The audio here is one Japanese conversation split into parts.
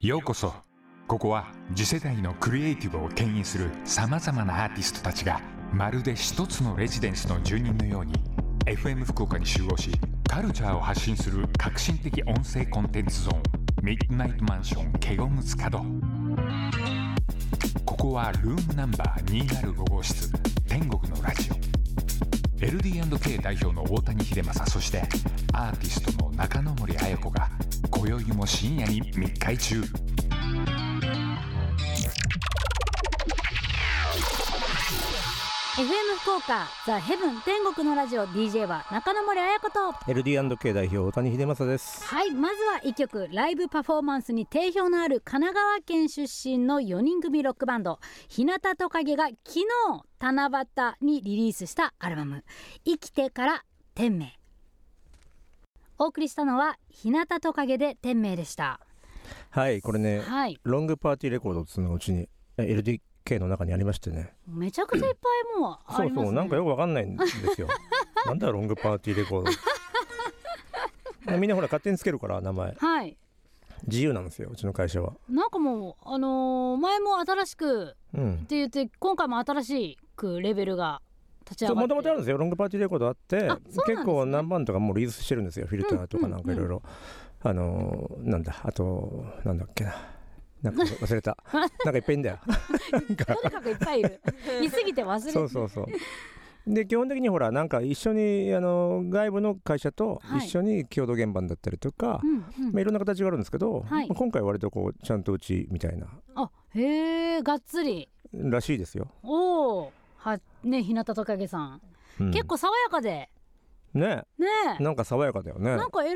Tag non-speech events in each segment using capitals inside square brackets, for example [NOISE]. ようこそここは次世代のクリエイティブを牽引するさまざまなアーティストたちがまるで一つのレジデンスの住人のように FM 福岡に集合しカルチャーを発信する革新的音声コンテンツゾーン「ミッドナイトマンションケゴムツカド」ここはルームナンバー205号室天国のラジオ LD&K 代表の大谷秀正そしてアーティストの中野森彩子が今宵も深夜に密会中 FM 福岡ザ・ヘブン天国のラジオ DJ は中野森彩子と LD&K 代表大谷秀正ですはいまずは1曲ライブパフォーマンスに定評のある神奈川県出身の4人組ロックバンド日向トカゲが昨日七夕にリリースしたアルバム「生きてから天命」お送りしたのは日向トカゲで天命でしたはいこれね、はいロングパーティーレコードっつうのがうちにえ LDK の中にありましてねめちゃくちゃいっぱいもうあそうりますねそうなんかよくわかんない [LAUGHS] んですよなんだロングパーティーレコードみんなほら勝手につけるから名前はい自由なんですようちの会社はなんかもうあのー前も新しくうんって言って今回も新しくレベルが立ち上がもってともとあるんですよロングパーティーレコードあってあそうなんですね結構何番とかもうリリースしてるんですよフィルターとかなんかいろいろあのーなんだあとなんだっけななんか [LAUGHS] 忘れたなんかいっぱいいんだよとにかくいっぱいい [LAUGHS] るいすぎて忘れそうてそうそう。で基本的にほらなんか一緒にあの外部の会社とはい一緒に共同現場にだったりとか、うんうまあ、んいろんな形があるんですけど、はいまあ今回割とこうちゃんとうちみたいなあへえがっつりらしいですよ、おおはね日向トカゲさん、うん結構爽やかでねねえなんか爽やかだよねなんか LD&K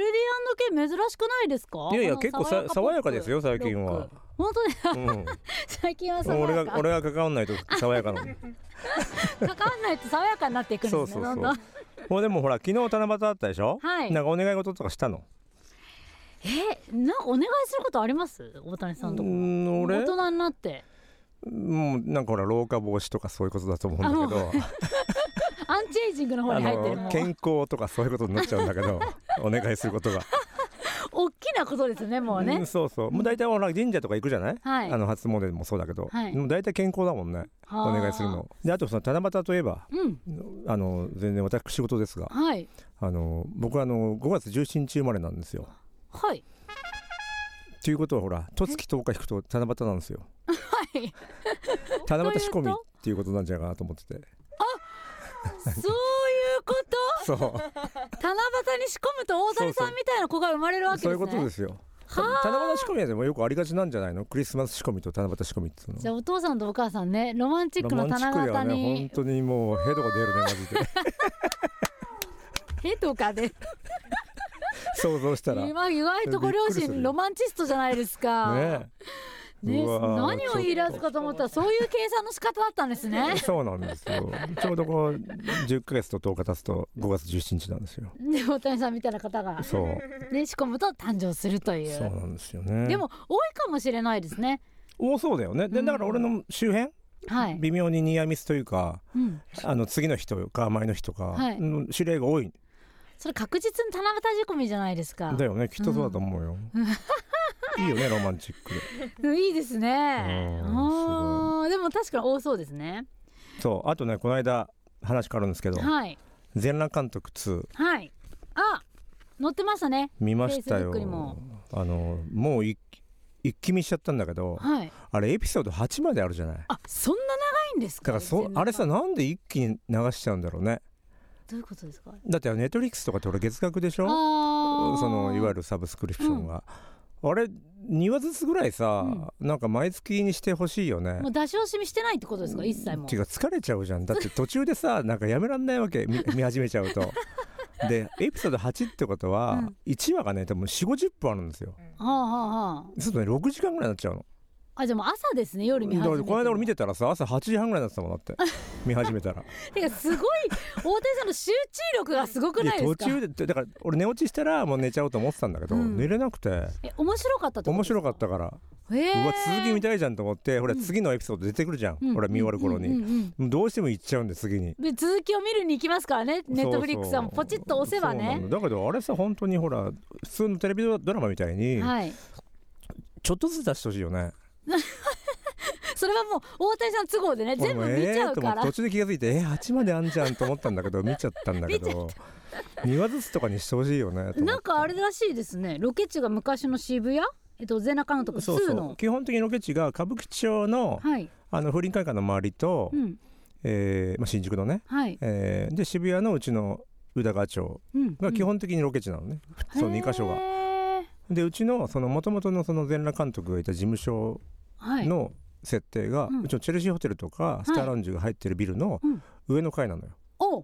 珍しくないですかいやいやあの結構さポップ爽やかですよ最近はロック本当に [LAUGHS] うん、最近は爽俺やがか俺が関わんないと爽やか [LAUGHS] なの関わんないと爽やかになっていくんですねそうそうそうどんどんもうでもほら昨日七夕あったでしょ、はいなんかお願い事とかしたのえなんかお願いすることあります大谷さんとうかん俺大人になってもうなんかほら老化防止とかそういうことだと思うんだけどアンチエイジングの方あに入ってるものう健康とかそういうことになっちゃうんだ [LAUGHS] けどお願いすることが、大きなことですねもううねんそうそうもう大体ほら神社とか行くじゃない、はいあの初詣もそうだけど、はいもう大体健康だもんねはあお願いするのであとその七夕といえばうんあの全然私事ですがはいあの僕はあの5月17日生まれなんですよはいということはほら十月10日引くと七夕なんですよはい [LAUGHS] 七夕仕込みというっとていうことなんじゃないかなと思っててそういうこと [LAUGHS] そう七夕に仕込むと大谷さんみたいな子が生まれるわけそうでいすうねことですよた七夕仕込みはでもよくありがちなんじゃないのクリスマス仕込みと七夕仕込みっていうのじゃあお父さんとお母さんねロマンチックロマのンチックだよ七夕ねに、本当にもうヘドが出るねマジで [LAUGHS] へとかで想像したらね今岩井とご両びっくりする親よロマンチストじゃないですかえねうわー何を言い出すかと思ったらそういう計算の仕方だったんですねそうなんですよちょうどこう10ヶ月と10日経つと5月17日なんですよで大谷さんみたいな方がそうね仕込むと誕生するといそううなんですよねでも多いかもしれないですね多そうだよねでだから俺の周辺はい微妙にニアミスというかうんあの次の日とか前の日とか、はいうん知り合いが多いんそれ確実に七夕仕込みじゃないですか。だよねきっとそうだと思 [LAUGHS] うよ、いいよねロマンチックでうんいいですね。うんあーでも確かに多そうですね。そうあとねこの間話変わるんですけどはい「全裸監督2」はい。あ載ってましたね。見ました Facebook よにもあのもう一一気見しちゃったんだけどはい。あれエピソード8まであるじゃないだあそんな長いんですか。からそ全然あれさなんで一気に流しちゃうんだろうねどういうことですか。だってネットフリックスとかって俺月額でしあょーそのいわゆるサブスクリプションが、あれ2話ずつぐらいさ、なんか毎月にしてほしいよねもう出し惜しみしてないってことですか一切もていうか疲れちゃうじゃんだって途中でさ [LAUGHS] なんかやめらんないわけ見見始めちゃうとでエピソード8ってことは、1話がね多分4 5 0分あるんですよう。はあはあはあ。そうするとね6時間ぐらいになっちゃうのあじゃあもう朝ですね夜見だ始かめらて。この間俺見てたらさ朝8時半ぐらいになってたもんだって [LAUGHS] 見始めたらてかすごい大谷さんの集中力がすごくいやないで途すか。中でだから俺寝落ちしたらもう寝ちゃおうと思ってたんだけど、うん寝れなくてえ面白かったってこと面ですか。白かったから、へー。うわ続き見たいじゃんと思ってほら次のエピソード出てくるじゃん、うんほら見終わる頃に、うんうんうんうんもうどうしても行っちゃうんで次にで続きを見るに行きますからねネットフリックスはもうポチッと押せばそうなねのだけどあれさ本当にほら普通のテレビドラマみたいに、はいちょっとずつ出してほしいよねそれはもう大谷さん都合でね全部俺も見えちゃーうとか思ってら、途中で気が付いてえー、8まであんじゃんと思ったんだけど見ちゃったんだけ [LAUGHS] 見ちゃど2話ずつとかにしてほしいよねと思ってなんかあれらしいですねロケ地が昔の渋谷えっとゼナ監督そう2そのう基本的にロケ地が歌舞伎町のはいあの風林会館の周りと、うんえーまあ、新宿のね、はいえーで渋谷のうちの宇田川町うんが基本的にロケ地なのね、うんその2箇所が。へーでうちのその元々のその全裸監督がいた事務所はいの設定が、うんうちのチェルシーホテルとかスターラウンジが入ってるビルのうん上の階なのよ、お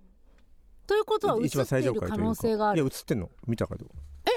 ということは映っ一番て最い上る階可とい能うかい性があやる映ってんの見たけど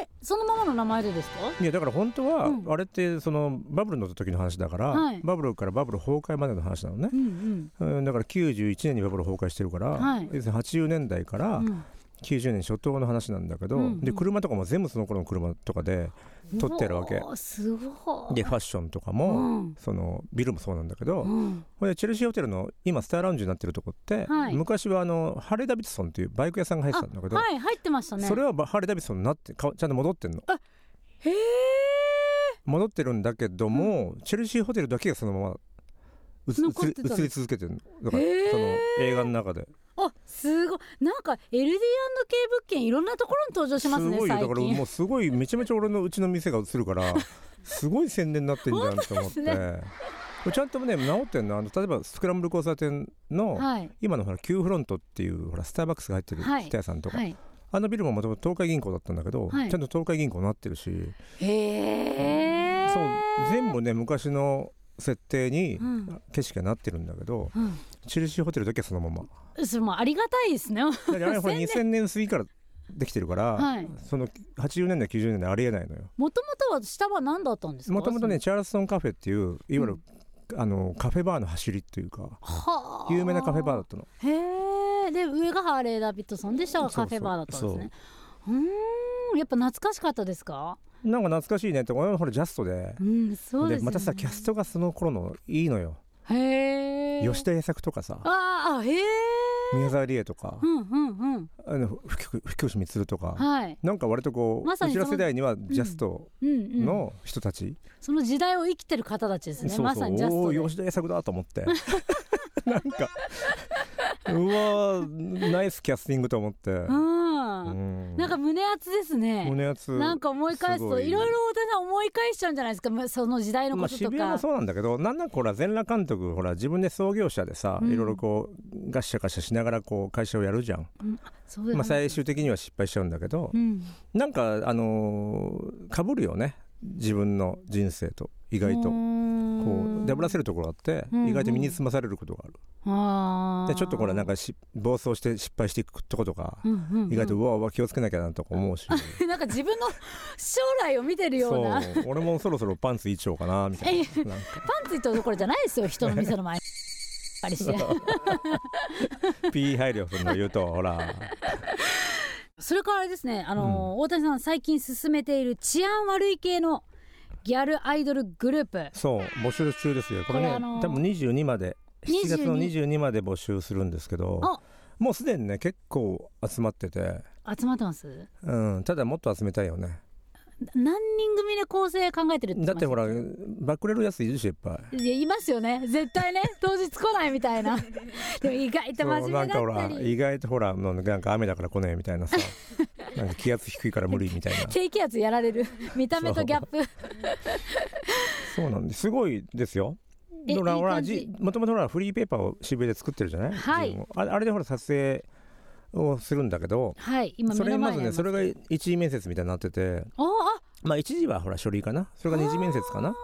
えそのままの名前でですかいやだから本当は、うんあれってそのバブルの時の話だから、はいバブルからバブル崩壊までの話なのねう、んうん、だから91年にバブル崩壊してるから、はい要するに80年代かうらんうん90年初頭の話なんだけど、うんで車とかも全部その頃の車とかで撮ってるわけうおーすごいでファッションとかうも、んそのビルもそうなんだけど、うんこれチェルシーホテルの今スターラウンジになってるとこって、はい昔はあのハーレー・ダビッドソンっていうバイク屋さんが入ってたんだけど、はい入ってましたねそれはハーレー・ダビッドソンになってかちゃんと戻ってんのへえ戻ってるんだけども、チェルシーホテルだけがそのままうつ残ってたんです映り続けてるのだからへーその映画の中であすごいなんか LD&K 物件いろんなところに登場しますねごいよだ最から近もうすごいめちゃめちゃ俺のうちの店が映るから [LAUGHS] すごい宣伝になってんじゃんと思本って、当でこれちゃんとね直ってんのあの例えばスクランブル交差点の、はい今のほら Q フロントっていうほらスターバックスが入ってるはい北屋さんとか、はいあのビルももともと東海銀行だったんだけど、はいちゃんと東海銀行になってるし、へえそう全部ね昔の設定にうん景色がなってるんだけど、うチルシーホテルだけはその [LAUGHS] ままんそれもありがたいですねだからあれほら2000年過ぎからできてるから、はいその80年代90年代ありえないのよもともとは下は何だったんですかもともとねチャールストンカフェっていういわゆる、あのカフェバーの走りっていうかはあ有名なカフェバーだったのへえで上がハーレー・ダビッドソンで下はカフェバーだったんですねうーんやっぱ懐かしかったですかなんか懐かしいねって俺もほらジャストでうんそうですよねまたさキャストがその頃のいいのよ、へえ吉田栄作とかさああへえ宮沢りえとかう、んうんうんあのふき吹越光とか、はいなんか割とこう、まさにうちらその世代にはジャストうんうんの人たち、その時代を生きてる方たちですねそうそう、まさにジャスおトでー吉田栄作だと思って [LAUGHS] なんかうわーナイスキャスティングと思って、うんうんなんか胸熱ですね胸やつなんか思い返すすとごいいろいろ大谷さん思い返しちゃうんじゃないですかまその時代のまこあ、と渋と谷もかそうなんだけどなんならほら全裸監督ほら自分で創業者でさ、うんいろいろこうガッシャガシャしながらこう会社をやるじゃん、そうだまあ、な最終的には失敗しちゃうんだけど、うんなんかあのかぶるよね自分の人生と意外とうーんこうダブらせるところがあって、うんうん意外と身につまされることがある、あーでちょっとこれなんかし暴走して失敗していくとことか、うんうんうん意外とうわうわ気をつけなきゃなとか思うし、 [LAUGHS] なんか自分の [LAUGHS] 将来を見てるよそううな俺もそろそろパンツ一丁かなみたい [LAUGHS] ななんかパンツいったところじゃないですよ人の店の前やっぱりしてピー入るよそんな言うとほらそれからあれですねあのー、大谷さん最近進めている治安悪い系のギャルアイドルグループそう募集中ですよこれねこれあのー多分22まで7月の22まで募集するんですけどあもうすでにね結構集まってて、集まってますうん、ただもっと集めたいよね何人組で構成考えてるって言だっっててまほしらバックレるやついるしいっぱいたいやいますよね絶対ね当日来ないみた [LAUGHS] いなでも意外と真そう面な目んかほだらったり意外とほらもうなんか雨だから来ねえみた [LAUGHS] いなさなんか気圧低いから無理みたいな低気圧やられる見た目とギャップそうなんですすごいですよえほらいいほら感じじもともとほらフリーペーパーを渋谷で作ってるじゃない、はい自分もああれでほら撮影をするんだけどはい今そ目れのにま前ずにありますねそれが一次面接みたいになっててああまあ一次はほら書類かなそれが二次面接かな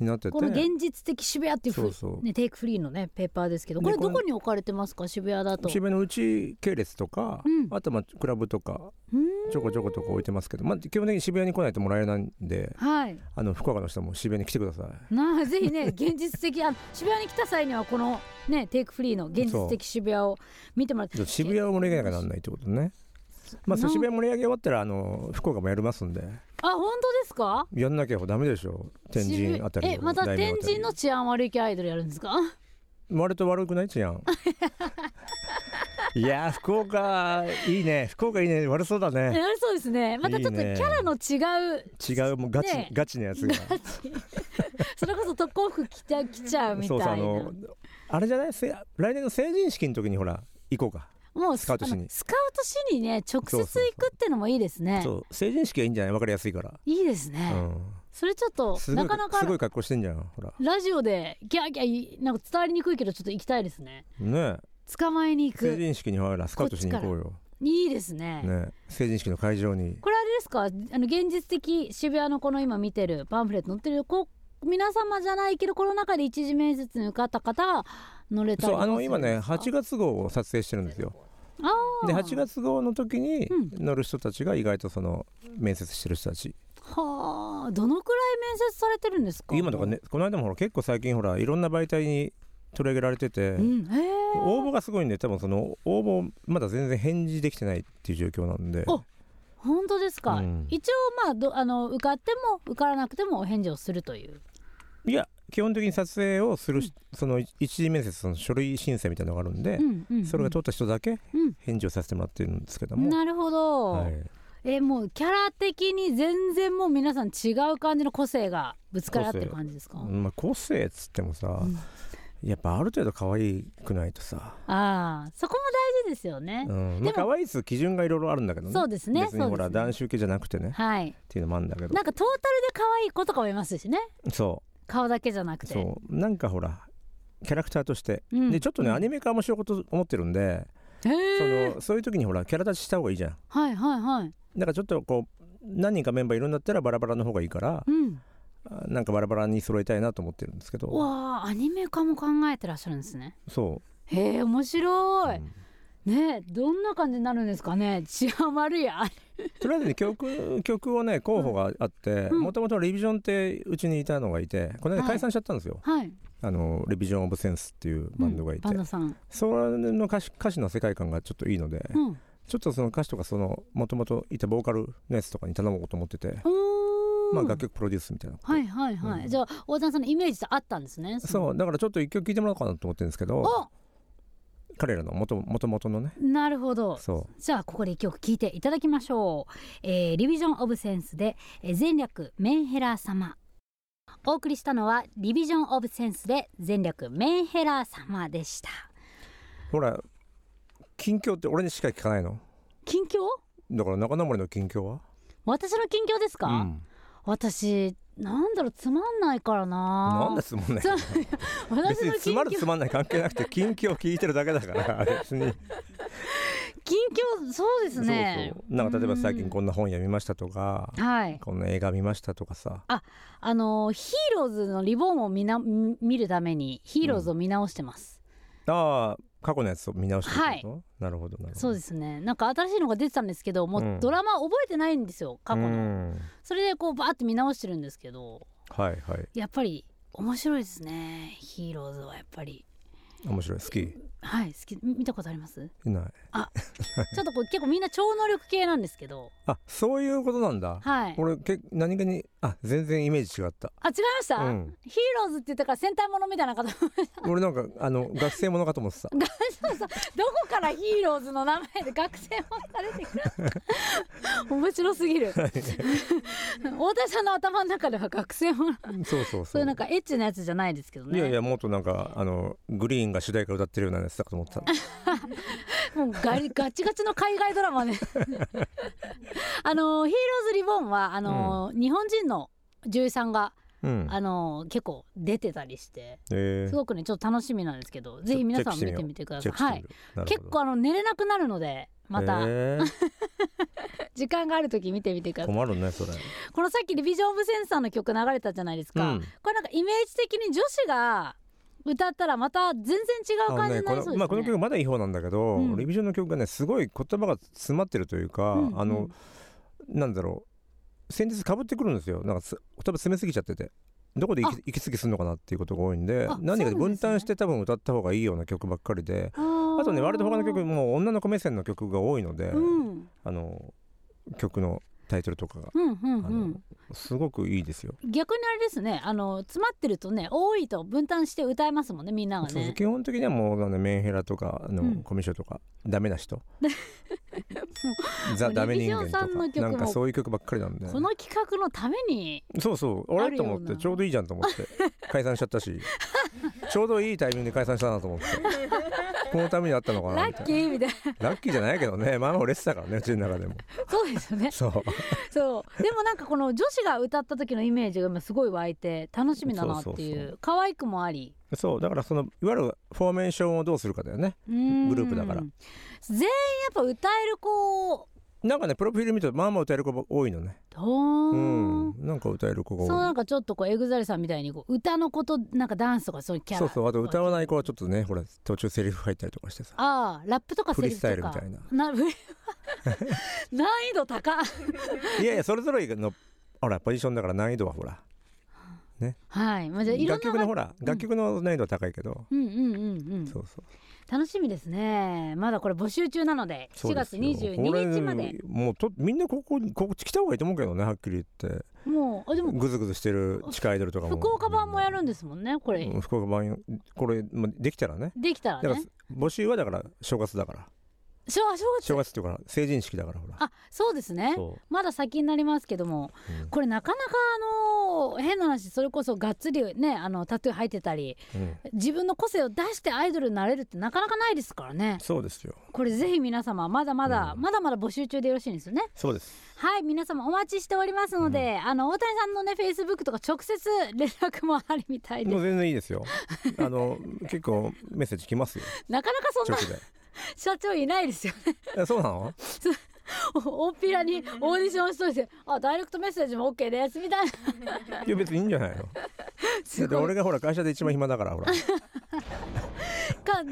になっててこの現実的渋谷っていうふうそうそうね、テイクフリーのねペーパーですけどこれでこどれこに置かれてますか渋谷だと渋谷のうち系列とか、うんあとまあクラブとかうーんちょこちょことか置いてますけど、まあ、基本的に渋谷に来ないともらえないんではいあの福岡の人も渋谷に来てください。なあぜひ [LAUGHS] ね現実的あの渋谷に来た際にはこのねテイクフリーの現実的渋谷を見てもらって渋谷を盛り上げなきゃなんないってことね。まあ、そう渋谷盛り上げ終わったらあの福岡もやりますんであ本当ですかやんなきゃダメでしょ天神あたり渋谷えまた大名あ天り神の [LAUGHS] 治安悪い系アイドルやるんですか割と悪くない治安いやー福岡いいね福岡いいね悪そうだあねれそうですねまたちょっとキいいねャラの違う違うもうガチ、ねガチのやつがガチそれこそ特攻服着ちゃ着ちゃうみたそいうそうなあのあれじゃないせ来年の成人式の時にほら行こうか、もうスカウトしにあのスカウトしにね直接そう行そうそうくってのもいいですねそう成人式はいいんじゃないわかりやすいから、いいですね、うそれちょっとん、すなごいかなかすごい格好してんじゃんほらラジオでギャーギャーいなんか伝わりにくいけどちょっと行きたいですねねえ捕まえに行成く人式にほらスカウトしに行こうよ、いいですねねえ、成人式の会場にこれあれですかあの現実的渋谷のこの今見てるパンフレット載ってるこう皆様じゃないけどこの中で一時面接に受かった方が乗れたりそうあの今8ね8月号を撮影してるんですよあーで8月号の時にうん乗る人たちが意外とその面接してる人たち、はあどのくらい面接されてるんですか今とかねこの間もほら結構最近ほらいろんな媒体に取り上げられてて、うんへえ応募がすごいんで多分その応募まだ全然返事できてないっていう状況なんであ本当ですか、うん一応まあどあの受かっても受からなくてもお返事をするといういや基本的に撮影をするし、その一次面接の書類審査みたいなのがあるんで、うんうんうんそれが通った人だけうん返事をさせてもらってるんですけども、なるほど、はい、えもうキャラ的に全然もう皆さん違う感じの個性がぶつかり合ってる感じですか、まあ個性っつってもさ、んやっぱある程度可愛くないとさ、ああそこも大事ですよね、うんでまあ、も可愛いっつ基準がいろいろあるんだけどねそうですね別にほそうらですね男子受けじゃなくてねはいっていうのもあるんだけどなんかトータルで可愛い子とかもいますしねそ顔だけじゃなくうてそうなんかほらキャラクターとして、うんでちょっとね、アニメ化もしようと思ってるんでそへえのそういう時にほらキャラ立ちした方がいいじゃんはいはいはいだからちょっとこう何人かメンバーいるんだったらバラバラの方がいいからうんあなんかバラバラに揃えたいなと思ってるんですけうどわあアニメ化も考えてらっしゃるんですねそへえ面う、白うい、んねえどんな感じになるんですかね治安悪いあれとりあえずね曲曲をね候補があってうんもともとレビジョンってうちにいたのがいてこの間解散しちゃったんですよ、はいあのレビジョン・オブ・センスっていうバンドがいて、うんバンドさんその歌詞歌詞の世界観がちょっといいので、うんちょっとその歌詞とかそのもともといたボーカルのやつとかに頼もうと思ってて、おーまあ、楽曲プロデュースみたいなこと、はいはいはい、うんじゃあ大田さんのイメージと合ったんですねうそうだからちょっと一曲聴いてもらおうかなと思ってるんですけどお彼らのもともとのねなるほどそじゃあここで一曲聴いていただきましょう、えー、リビジョン・オブ・センスで「えー前略メンヘラー様」お送りしたのは「リビジョン・オブ・センス」で「前略メンヘラー様」でしたうほら近況って俺にしか聞かないの近況だから中森の近況は私の近況ですか、うん、私なんだろうつまんないからななんですもんねつまん [LAUGHS] 私別のにつ近まる況つまんない関係なくて近況聞いてるだけ [LAUGHS] だから別に近況そうですねそうそうなんか例えば最近うこんな本読みましたとかんはいこんな映画見ましたとかさあのヒーローズのリボンを見な見見るためにヒーローズを見直してます、ああ過去のやつを見直してるってこと、はなるほどなるほどそうですねなんか新しいのが出てたんですけどもううんドラマ覚えてないんですよ過去の、うんそれでこうバーって見直してるんですけどはいはいやっぱり面白いですねヒーローズはやっぱり面白い好きいはい好き見たことあります [LAUGHS] ないちょっとこう結構みんな超能力系なんですけどあそういうことなんだ、はい俺け何気にあ全然イメージ違 [LAUGHS] ったあ違いました、うんヒーローズって言ったから戦隊ものみたいな方ど俺なんかあの学生ものかと [LAUGHS] 思ってた [LAUGHS] こからヒーローズの名前で学生ものが出てくる [LAUGHS] 面白すぎ [LAUGHS] る大田さんの頭の中では学生ものそうそうそそういううなんかエッチなやつじゃないですけどねいやいやもっとなんかあのグリーンが主題歌歌ってるようなやつだと [LAUGHS] 思ってたもうガ [LAUGHS] リガチガチの海外ドラマねあの「ヒーローズ・リボーンは」あの、日本人の女優さんが、うんあの結構出てたりしてえすーごくねちょっと楽しみなんですけどぜひ皆さん見てみてくだチさェいックしはいてみるなるほど結構あの寝れなくなるのでまた、えー時間がある時見てみてください困る [LAUGHS] ねそれこのさっき「リビジョン・オブ・センサー」の曲流れたじゃないですか、うんこれなんかイメージ的に女子が歌ったらまた全然違うあの感じねになりそうこですのねまあこの曲まだいい方なんだけど、うんレビジョンの曲がねすごい言葉が詰まってるというか、うんうんあのなんだろう先日かぶってくるんですよなんかす言葉詰めすぎちゃっててどこで息息継ぎするのかなっていうことが多いんであ何そうなんかで分すね担して多分歌った方がいいような曲ばっかりでああとね割と他の曲も、もう女の子目線の曲が多いので、うん、あの曲のタイトルとかがうんうんうあのんすごくいいですよ。逆にあれですねあの詰まってるとね多いと分担して歌えますもんねみんながそうそうね基本的にはもうあのメンヘラとかあの、うんコミュ障とかダメ [LAUGHS] な人ザ・ダメ人間もうレギオンさんのと曲かなもんかそういう曲ばっかりなんでこの企画のためにそうそうああれるとような思ってちょうどいいじゃんと思って [LAUGHS] 解散しちゃったしちょうどいいタイミングで解散したなと [LAUGHS] 思ってこのためにあったのかなラみッたいキなーみたいな [LAUGHS] ラッキーじゃないけどねまあまあ嬉しさからねうちの中でもそうですよねそうそうでもなんかこの女子が歌った時のイメージが今すごい湧いて楽しみだなってそうそういそう可愛くもありそうだからそのいわゆるフォーメーションをどうするかだよねうーんグループだから全員やっぱ歌える子なんかねプロフィール見るとまあまあ歌える子が多いのねとーうんんなんか歌える子がその多いなんかちょっとこうエグザイルさんみたいにこう歌のことなんかダンスとかそういうキャラそうそうあと歌わない子はちょっとねほら途中セリフ入ったりとか [LAUGHS] してさああラップとかセリフとかフリースタイルみたな [LAUGHS] 難易度高いやいやそれぞれのほらポジションだから難易度はほらはいまあじゃあいろん楽曲のなほら楽曲の難易度は高いけど、うんうんうんうんそうそう楽しみですねまだこれ募集中なのでそ4うで月すよこれ22日までもうとみんなここにここ来た方がいいと思うけどねはっきり言ってもうあでもぐずぐずしてる地下アイドルとかも福岡版もやるんですもんねこれ、うん福岡版これまあできたらねできただかららね募集はだから正月だから正正月正月っていうか成人式だからほらあそうですねそまだ先になりますけどもう、うんこれなかなかあの変な話それこそがっつりねあのタトゥー入ってたりうん自分の個性を出してアイドルになれるってなかなかないですからねそうですよこれぜひ皆様まだまだ、うんまだまだ募集中でよろしいんですよねそうですはい皆様お待ちしておりますので、あの大谷さんのねフェイスブックとか直接連絡もあるみたいでもう全然いいですよあの結構メッセージ来ますよなかなかそん直なで社長いないですよね [LAUGHS] えそうなのお大っぴらにオーディションしといてあダイレクトメッセージも OK ですみたいないや別にいいんじゃないのすでごい俺がほら会社で一番暇だからほらか全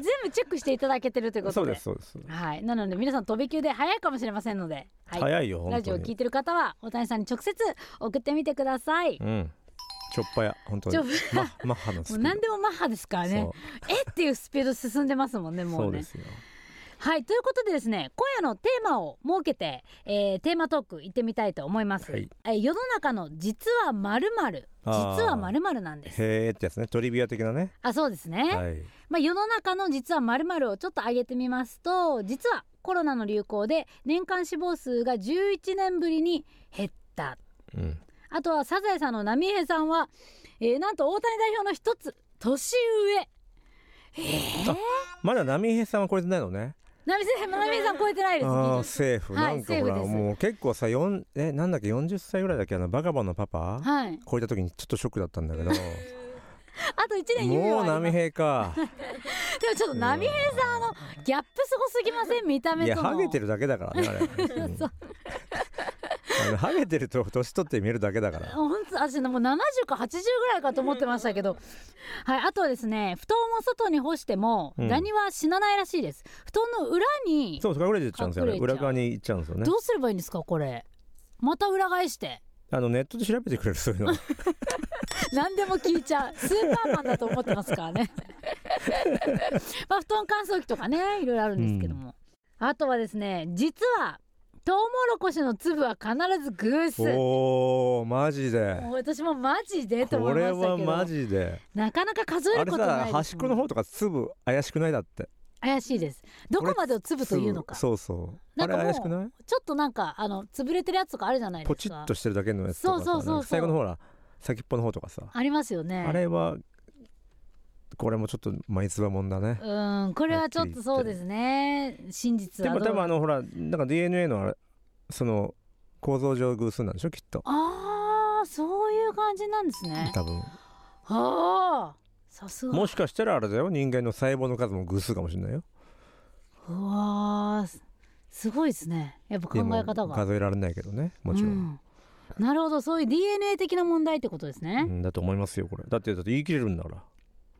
部チェックしていただけてるということそうですそうですはい、なので皆さん飛び級で早いかもしれませんので、はい早いよラ本ジオ当を聞にいてる方は大谷さんに直接送ってみてください。うんちょっぱや本当にちょっマッマッハのもスうピー何でもマッハですからドねえっていうスピード進んでますもんねそうもそううねで。すよはいということでですね今夜のテーマを設けて、えーテーマトーク行ってみたいと思います。はいえー世の中の実はまるまる実あーはまるまるなんです。へーってやつねトリビア的なねあそうですね、はいまあ、世の中の実は〇〇をちょっと上げてみますと実はコロナの流行で年間死亡数が11年ぶりに減ったうんあとはサザエさんの波平さんは、えーなんと大谷代表の一つ年上まだ波平さんは超えてないのね波平さん波平さん超えてないですああ20セーフはいなんかほらセーフですもう結構さよんえなんだっけ40歳ぐらいだっけあのバカボンのパパはい超えた時にちょっとショックだったんだけどあと1年猶予もうはあり波ます平かでもちょっと波平さんあのギャップすごすぎません見たい目やとハゲのてるだけだからねあれ、 [LAUGHS] うんあのハゲてると年取って見えるだけだから本当私もう70か80ぐらいかと思ってましたけど、はい、あとはですね布団を外に干してもうんダニは死なないらしいです、布団の裏にそうそう隠れてっちゃうんですよね隠れちゃう裏側に行っちゃうんですよねどうすればいいんですかこれまた裏返してあのネットで調べてくれるそ [LAUGHS] ういうの何でも聞いち [LAUGHS] ゃうスーパーマンだと思ってますからね [LAUGHS] まあ布団乾燥機とかねいろいろあるんですけども、あとはですね実はトウモロコシの粒は必ず偶数もおーマジでう私もマジでと思こいまれしたけどはマジでなかなか数えあるれことなさいです端っこの方とか粒怪しくないだって怪しいですどこまでを粒というのかちょそうそうなあんかれもう怪しくないっとなんかあの潰れてるやつとかあるじゃないですかポチッとしてるだけのやつとかさそうそうそうそうなんか最後のほら先っぽの方とかさありますよねあれはこれもちょっとまあ逸話もんだねうーんこれはちょっとそうですね真実ではもど多う分あのほらなんか DNA のあれその構造上偶数なんでしょきっとあーそういう感じなんですね多分ああさすがもしかしたらあれだよ人間の細胞の数も偶数かもしれないようわーすすごいですねやっぱ考えいや方もうが数えられないけどねもちろん、うんなるほどそういう DNA 的な問題ってことですね、うんだと思いますよこれだってだって言い切れるんだか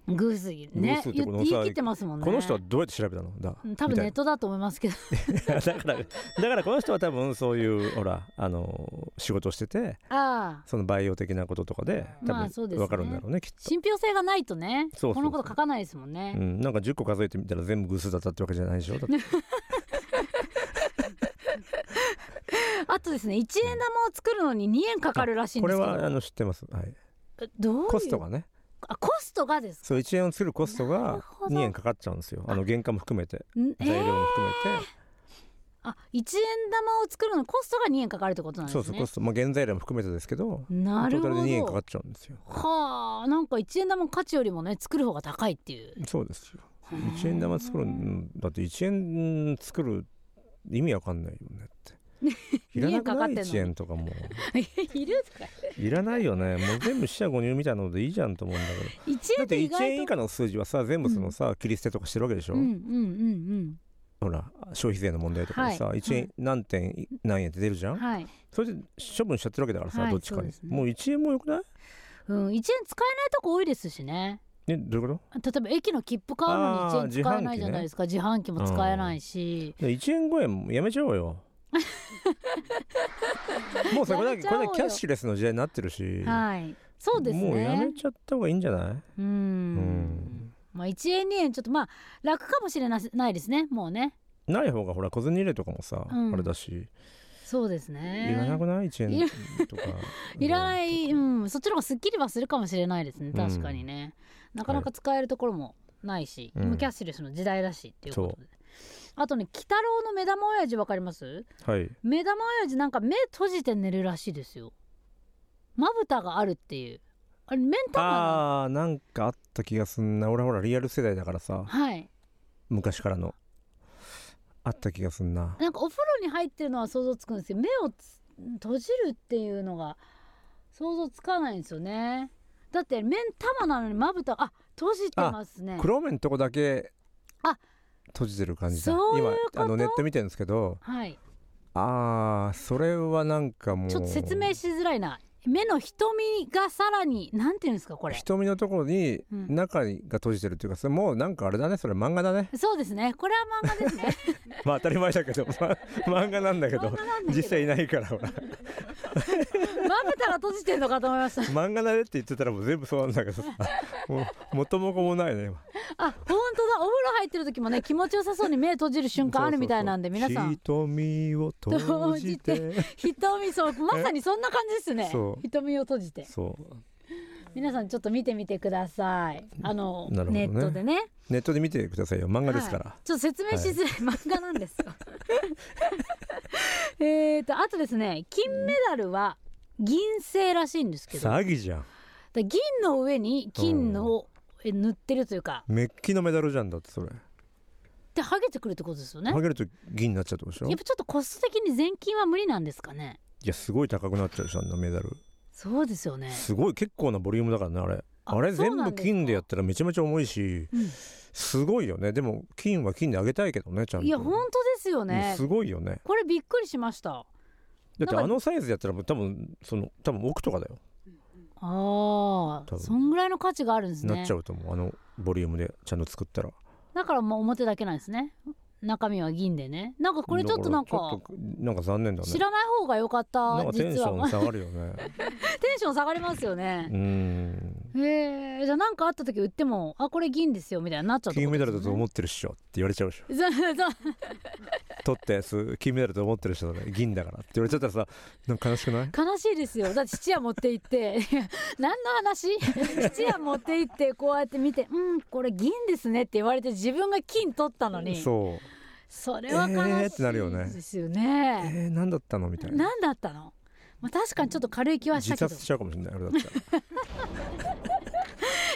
ら、偶数ね偶数ってこの言さ言い切ってますもんねこの人はどうやって調べたのだうん多分ネットだと思いますけ [LAUGHS] どみたいなだからだからこの人は多分そういうほらあの仕事をしててああその培養的なこととかで多まあそうです分ねわかるんだろうねきっと、信憑性がないとねそうそうそうこのこと書かないですもんね、うん、なんか10個数えてみたら [LAUGHS] 全部偶数だったってわけじゃないでしょだってあとですね一円玉を作るのに2円かかるらしいんこでれすけどはあの知ってます、はい、どういうコストがねあコストがですそう1円を作るコストなるがほど2円かかっちゃうんですよあの原価も含めてんえ材料ー、も含めて、あ一円玉を作るのにコストが2円かかるってことなんですそうねそうコスト、まあ、原材料も含めてですけどなるほトーどタルで2円かかっちゃうんですよはあなんか一円玉の価値よりもね作る方が高いっていうそうですよ1円玉作るんだって1円作る意味わかんないよ [LAUGHS] ねっていらな2円かくないかってんのに1円とかも [LAUGHS] いるとかいらないよねもう全部四捨五入みたいなのでいいじゃんと思うんだけど一だ円っってて意1外円と以下の数字はさ全部そのさ、切り捨てとかしてるわけでしょ、うんうんうんほら消費税の問題とかでさ、はい1は円い何点何円って出るじゃうんん、はい、それで処分しちゃってるわけだからさ、はいどっちかそうに、ですねもう1円もよくないうん、一円使えないとこ多いですしねねどういうこ例えば駅の切符買うのに1円使えないじゃないですか自販,、機も使えないし、とで1円5円もやめちゃお [LAUGHS] うよもうさこれやめだちけゃおうよこれだけキャッシュレスの時代になってるし、はいそうですねもうやめちゃった方がいいんじゃない、うんんまあ1円2円ちょっとまあ楽かもしれなないですねもうねない方がほら小銭入れとかもさ、うんあれだし、そうですねいらなくない1円とか [LAUGHS] いらない、うん、そっちの方がすっきりはするかもしれないですねん確かにね、なかなか使えるところもないし、うん今キャッシュレスの時代だしっていうことであとね鬼太郎の目玉親父わかりますはい目玉親父なんか目閉じて寝るらしいですよまぶたがあるっていうあれ目ん玉なあーなんかあった気がすんな俺ほらリアル世代だからさはい昔からのあった気がすんななんかお風呂に入ってるのは想像つくんですけど目をつ閉じるっていうのが想像つかないんですよねだって目ん玉なのにまぶたあ閉じてますね黒目のとこだけあ閉じてる感じだそういう今ことあのネット見てるんですけどはいあーそれはなんかもうちょっと説明しづらいな目の瞳がさらになんていうんですかこれ瞳のところにうん中にが閉じてるっていうかそれもうなんかあれだねそれ漫画だねそうですねこれは漫画ですね [LAUGHS] まあ当たり前だけ [LAUGHS] ど、ま、漫画 [LAUGHS] なんだけ漫ど画なんだけど実際いないからほらまぶたが閉じてるのかと思いました漫画だねって言ってたらもう全部そうなんだけ [LAUGHS] どさもう元も子もないね今あ本当だお風呂入ってる時もね気持ちよさそうに目閉じる瞬間あるみたいなんで皆さん瞳を閉じ閉て瞳 [LAUGHS] そうまさにそんな感じですねそう瞳を閉じてそう皆さんちょっと見てみてくださいあの、なるほどネねットでねネットで見てくださいよ漫画ですから、はいちょっと説明しづらい、漫画なんですよ [LAUGHS] えーとあとですね金メダルは銀製らしいんですけど詐欺じゃんだ銀の上に金のをえ塗ってるというかメッキのメダルじゃんだってそれで剥げてくるってことですよねや剥っげると銀になっちゃうってことでしょぱちょっとコスト的に全金は無理なんですかねいやすごい高くなっちゃうじゃんなメダルそうですよねすごい結構なボリュームだからねあれああれそう全な部んですか金でやったらめちゃめちゃ重いし、うんすごいよねでも金は金であげたいけどねちゃんといや本当ですようんねすごいよねこれびっくりしましただってなんかあのサイズやったらもう多分その多分億とかだよ、ああ分そんぐらいの価値があるんですねなっちゃうと思うあのボリュームでちゃんと作ったらだからもう表だけなんですね中身は銀でねなんかこれちょっとなんだらちょかっとなんか残念だね知らない方が良かっなたんかテンシ実は [LAUGHS] ョンテ下がるよねンション下がりますよねうーんへえじゃあなんかあった時売ってもあこれ銀ですよみたいにな [LAUGHS] っちゃうって金ことメでダすよねルだと思ってるっしょって言われちゃうでしょそうそう取ったやつ金メダルと思ってる人だね銀だからって言われちゃったらさなんか悲しくない悲しいですよだって質屋持って行って [LAUGHS] 何の話 [LAUGHS] 質屋持って行ってこうやって見て「うんこれ銀ですね」って言われて自分が金取ったのにそそうれは悲えーっしてなるよねいですよね。えー、何だったのみたいな何だったの、まあ、確かにちょっと軽い気はし自たけど殺しちゃうかもしれないあれだったら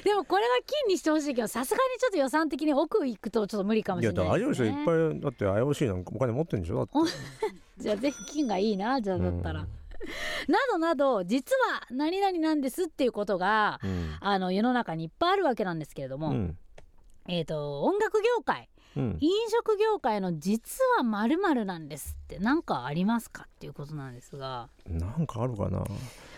でもこれは金にしてほしいけどさすがにちょっと予算的に奥行くとちょっと無理かもしいれやだなあいれででしす、ょね、いっぱいだって IOC なんかお金持ってるんでしょだってじゃあぜひ金がいいなじゃあだったら、うんなどなど実は何々なんですっていうことがうんあの世の中にいっぱいあるわけなんですけれどうも、んえっ、と音楽業界うん飲食業界の実はまるなんですって何かありますかっていうことなんですが、なんかあるかな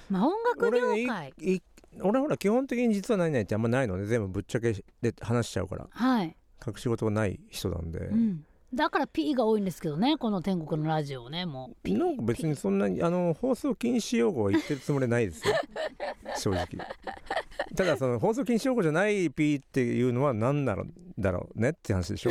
まあ、音楽業俺界いい俺ほら基本的に実はないないってあんまないので全部ぶっちゃけで話しちゃうからはい、隠し事がない人なんで、うん、だから P が多いんですけどねこの天国のラジオねもう P なんか別にそんなにあの放送禁止用語は言ってるつもりないで [LAUGHS] すよ正直ただその放送禁止用語じゃない P っていうのは何なのだろうねって話でしょ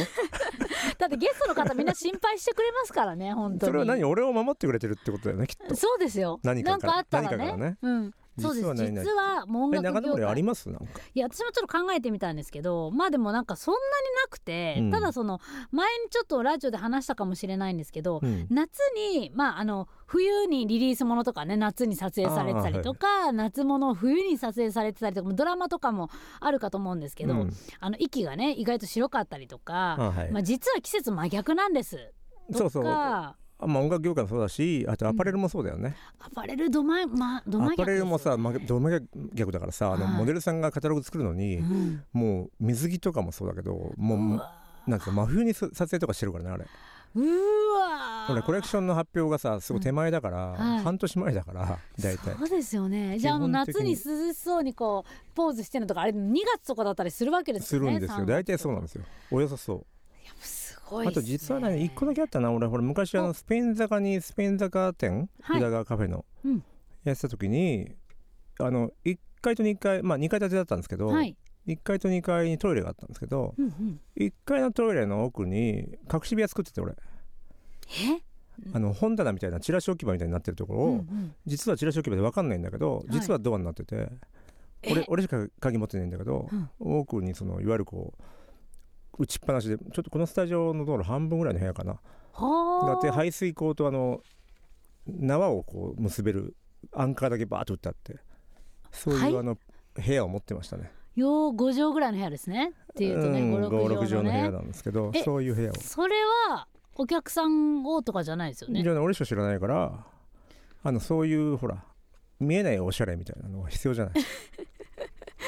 だってゲストの方みんな心配してくれますからね本当にそれは何俺を守ってくれてるってことだよねきっとそうですよ何かなんからかあったら何ねかからねうんそうです実はないない実はもう音え楽中業森あ界りますなんかいや私もちょっと考えてみたんですけどまあでもなんかそんなになくて、うんただその前にちょっとラジオで話したかもしれないんですけど、うん夏にまああの冬にリリースものとかね夏に撮影されてたりとか、夏ものを冬に撮影されてたりとかドラマとかもあるかと思うんですけど、うんあの息がね意外と白かったりとか、あはいまあ、実は季節真逆なんですとかそうそうアあまあ音楽業界もそうだしあとアパレルもそうだよね、パレルどま、ま、ど真アパ逆レですルもさ、ま、ど真逆だからさ、あのはいモデルさんがカタログ作るのに、うんもう水着とかもそうだけどうもわうなんていうの真冬にそ撮影とかしてるからねあれうわー俺コレクションの発表がさすごい手前だから、はい半年前だから大体そうですよねじゃあもう基本的夏にに涼しそうにこうポーズしてるのとかあれ2月とかだったりするわけですすよねるんですよ大体そうなんですよおよそそすう、ごいっあすねと実はね一個だけあったな俺ほら昔あおのスペイン坂にスペイン坂店はい宇田川カフェの、うんやってた時にあの1階と2階まあ2階建てだったんですけど、はい、 1階と2階にトイレがあったんですけどうんうん、 1階のトイレの奥に隠し部屋作ってて俺え、あの本棚みたいなチラシ置き場みたいになってるところうを、んうん、実はチラシ置き場で分かんないんだけどい実はドアになってて、俺俺しか鍵持ってないんだけど、奥にそのいわゆるこう打ちっぱなしでちょっとこのスタジオの道路半分ぐらいの部屋かながあはってあ排水口とあの縄をこう結べるアンカーだけバーッと打ってあってそういはいうあの部屋を持ってましたね。よう5畳ぐらいの部屋ですねっていうとねうん56 5 6畳の畳の部屋ねなんですけどえそういう部屋を。それはお客さんをとかじゃないですよねじゃあね俺しか知らないからあのそういうほら見えないおしゃれみたいなのは必要じゃない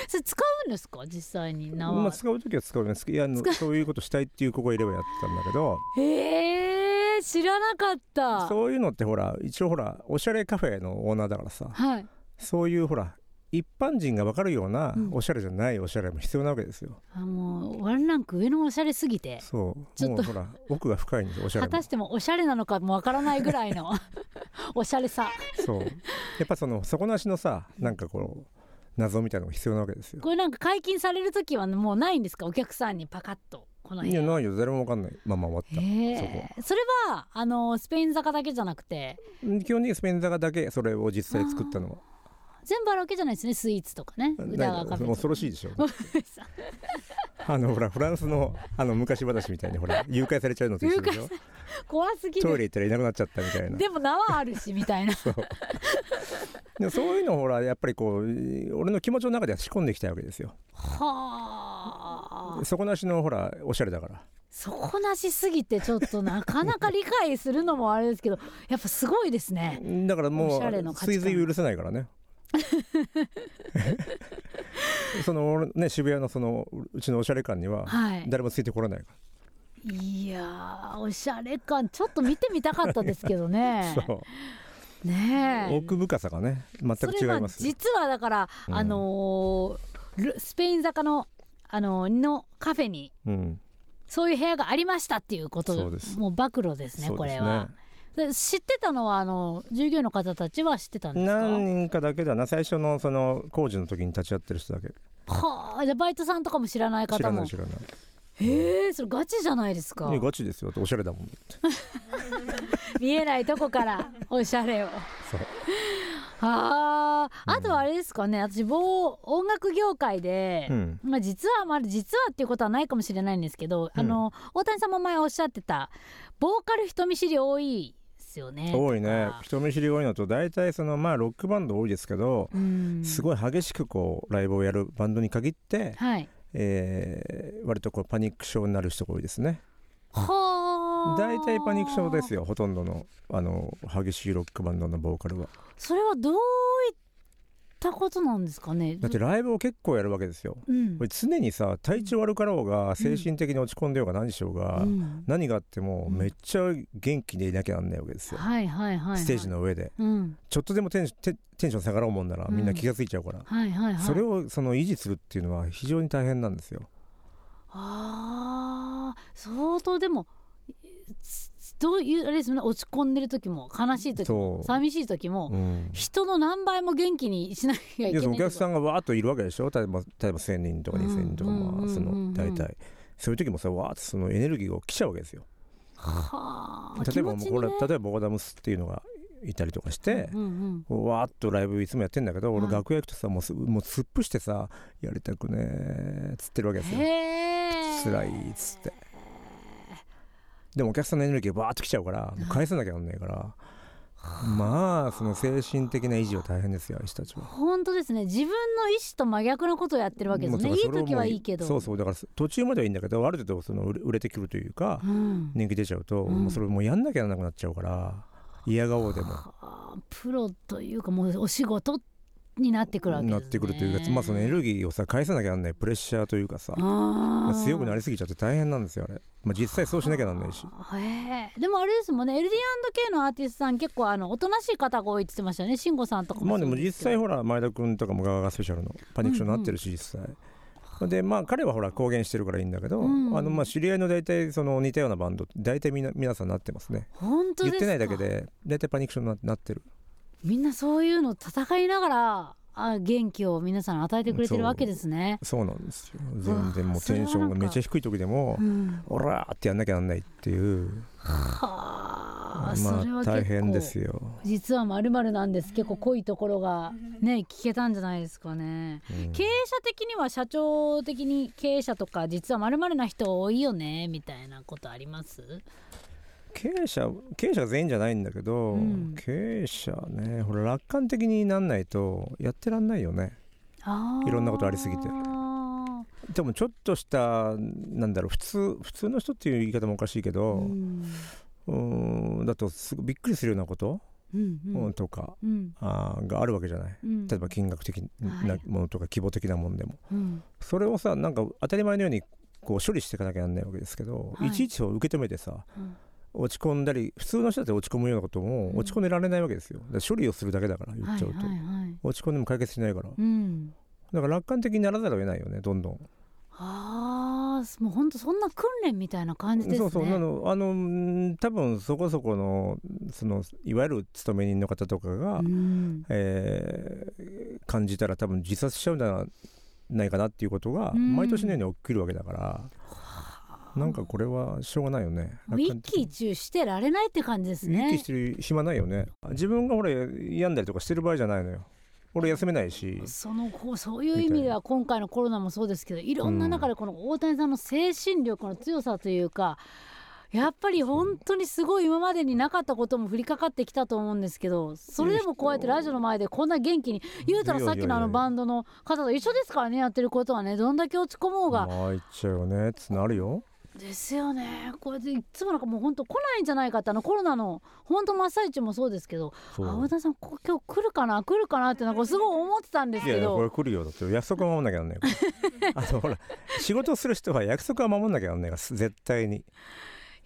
それ使うんですか実際に縄、まあ、使う時は使うねいやあの [LAUGHS] そういうことしたいっていう子がいればやってたんだけどえー、知らなかったそういうのってほら一応ほらおしゃれカフェのオーナーだからさはいそういうほら一般人が分かるようなうんおしゃれじゃないおしゃれも必要なわけですよ。あもうワンランク上のおしゃれすぎてそうちょっもとうほら奥が深 [LAUGHS] いんですよおしゃれ果もたしてもおしゃれなのかもわからないぐらい [LAUGHS] のおしゃれさそうやっぱその底なしのさなんかこう謎みたいなのが必要なわけですよ。これなんか解禁される時はもうないんですかお客さんにパカッとこのいや辺ないよ誰も分かんないまあまあ終わった、そこえー、それはあのスペイン坂だけじゃなくては基本的にスペイン坂だけそれを実際作ったのは全部あるわけじゃないですねスイーツとかね宇田だ川かカらフェ恐ろしいで [LAUGHS] しょあのほらフランスのあの昔話みたいにほら誘拐されちゃうのと一緒でしょ怖すぎトイるレ行ったらいなくなっちゃったみたいなでも縄あるしみ [LAUGHS] たいなでもそういうのをほらやっぱりこう俺の気持ちの中では仕込んできたわけですよはあ底なしのほらおしゃれだから底なしすぎてちょっとなかなか理解するのもあれですけどやっぱすごいですねだからもおしゃれのう価値観追随を許せな [LAUGHS] いからねその俺ね渋谷のそのうちのおしゃれ感にははい誰もついてこらないかいやーおしゃれ感ちょっと見てみたかったですけどら、ね [LAUGHS] そうねえ奥深さがね全そく違れいはますよ実はだから、うんあのールスペイン坂の、あのーのカフェにうんそういう部屋がありましたっていうことそうですもう暴露ですねそうこですれねはで知ってたのはあの従業員の方たちは知ってたんですか何人かだけだな最初のその工事の時に立ち会ってる人だけはあじゃあバイトさんとかも知らない知方らなもい知らないへえそれガチじゃないですかいやガチですよだっておしゃれだもん見えないとこからおしゃ [LAUGHS] れをそうあーあとはあれですかね私某音楽業界で、うんまあ、実はまあ実はっていうことはないかもしれないんですけど、あの大谷さんも前おっしゃってたボーカル人見知り多いですよね。多いねとか人見知り多いのと大体そのまあロックバンド多いですけど、うんすごい激しくこうライブをやるバンドに限って、はい、えー割とこうパニック症になる人が多いですねはあ大体パニック症ですよほとんどのあの激しいロックバンドのボーカルはそれはどういったことなんですかねだってライブを結構やるわけですようんこれ常にさ体調悪かろうが精神的に落ち込んでようが何しようが、うん何があってもめっちゃ元気でいなきゃなんないわけですよ、はいはいはいはい、ステージの上でうんちょっとでもテンションテテンション下がろうもんならうんみんな気がついちゃうから、はいはいはい、それをその維持するっていうのは非常に大変なんですよあー相当でもすどういうあれですよね落ち込んでる時も悲しい時もそう寂しい時も、うん人の何倍も元気にしなきゃいけでないそのお客さんんがわーっといるわけでしょ例えば例えば1,000人とかうん2,000人とかうんうんうんまうあんその大体そういう時もさわーってそのエネルギーが来ちゃうわけですよはあ例えばもうこれ、気持ちにね例えばボーダムスっていうのがいたりとかして、うんうんわーっとライブいつもやってんだけど、う俺ん楽屋行くとさもうすもう突っ伏してさやりたくねーっつってるわけですよへえ辛いっつってでもお客さんのエネルギーがバーっと来ちゃうからもう返さなきゃなんないからまあその精神的な維持は大変ですよあの人たちは。本当ですね自分の意思と真逆のことをやってるわけでもすうだねかいらいそれも時はいいけどそうそうだから途中まではいいんだけどある程度その売れ売れてくるというか、うん人気出ちゃうと、うんもうそれもうやんなきゃならなくなっちゃうから嫌顔でもあープロというかもうお仕事になってくるわけですなねってくるというか、まあそのエネルギーをさ返さなきゃなんないプレッシャーというかさ、まああ強くなりりすぎちゃって大変なんですよあれ、まあ、実際そうしなきゃなんないしへえでもあれですもんね LD&K のアーティストさん結構あのおとなしい方が多いって言ってましたよね慎吾さんとかもまあでもそう実すけ際どほら前田君とかもガガガスペシャルのパニックションになってるし実際、でまあ彼はほら公言してるからいいんだけど、うんあのまあ知り合いの大体その似たようなバンド大体みな皆さんなってますね本当で言すかってないだけで大体パニックションにななってるみんなそういうの戦いながらあ元気を皆さん与えてくれてるわけですねそうなんですよわ全然もうテンションがめっちゃ低い時でもうんオラーってやんなきゃなんないっていうはあ、それまは結構あ大変ですよ、実はまるまるなんです結構濃いところがね聞けたんじゃないですかねうん経営者的には社長的に経営者とか実はまるまるな人多いよねみたいなことあります経営者経営者が全員じゃないんだけど、うん経営者ねほら楽観的になんないとやってらんないよねあーいろんなことありすぎてでもちょっとしたなんだろう普通普通の人っていう言い方もおかしいけうど、うんーん、だとすごいびっくりするようなこと、うんううんん、とかうんあーがあるわけじゃないうん例えば金額的はないものとか規模的なもんでも、うんそれをさなんか当たり前のようにこう処理していかなきゃなんないわけですけど、はいい、ちいちを受け止めてさうん落ち込んだり普通の人だって落ち込むようなことうもん落ち込んでられないわけですよだから処理をするだけだから言はっいちゃはういと、はい落ち込んでも解決しないからうんだから楽観的にならざるを得ないよねどんどんあーもう本当そんな訓練みたいな感じですねそうそうなのあのうん多分そこそこのそのいわゆる勤め人の方とかが、うんえー感じたら多分自殺しちゃうんじゃないかなっていうことがうん毎年のように起きるわけだから、なんかこれはしょうがないよね。ウィッキー中してられないって感じですウィッキーねしてる暇ないよね。自分がほら病んだりとかしてる場合じゃないのよ。俺休めないし。そのこうそういう意味では今回のコロナもそうですけどいろんなうん中でこの大谷さんの精神力の強さというかやっぱり本当にすごい今までになかったことも降りかかってきたと思うんですけどそれでもこうやってラジオの前でこんな元気に言うたらさっきのあのバンドの方と一緒ですからねやってることはねどんだけ落ち込もうがまあいっちゃうよね。つなるよ。ですよねこれでいつもなんかもう本当来ないんじゃないかってあのコロナの本当真っ最中もそうですけどそう青田さんこ今日来るかな来るかなってなんかすごい思ってたんですいやけいやこれど来るよだって約束は守んなきゃなんないから [LAUGHS] あのほら仕事をする人は約束は守んなきゃなんないから絶対に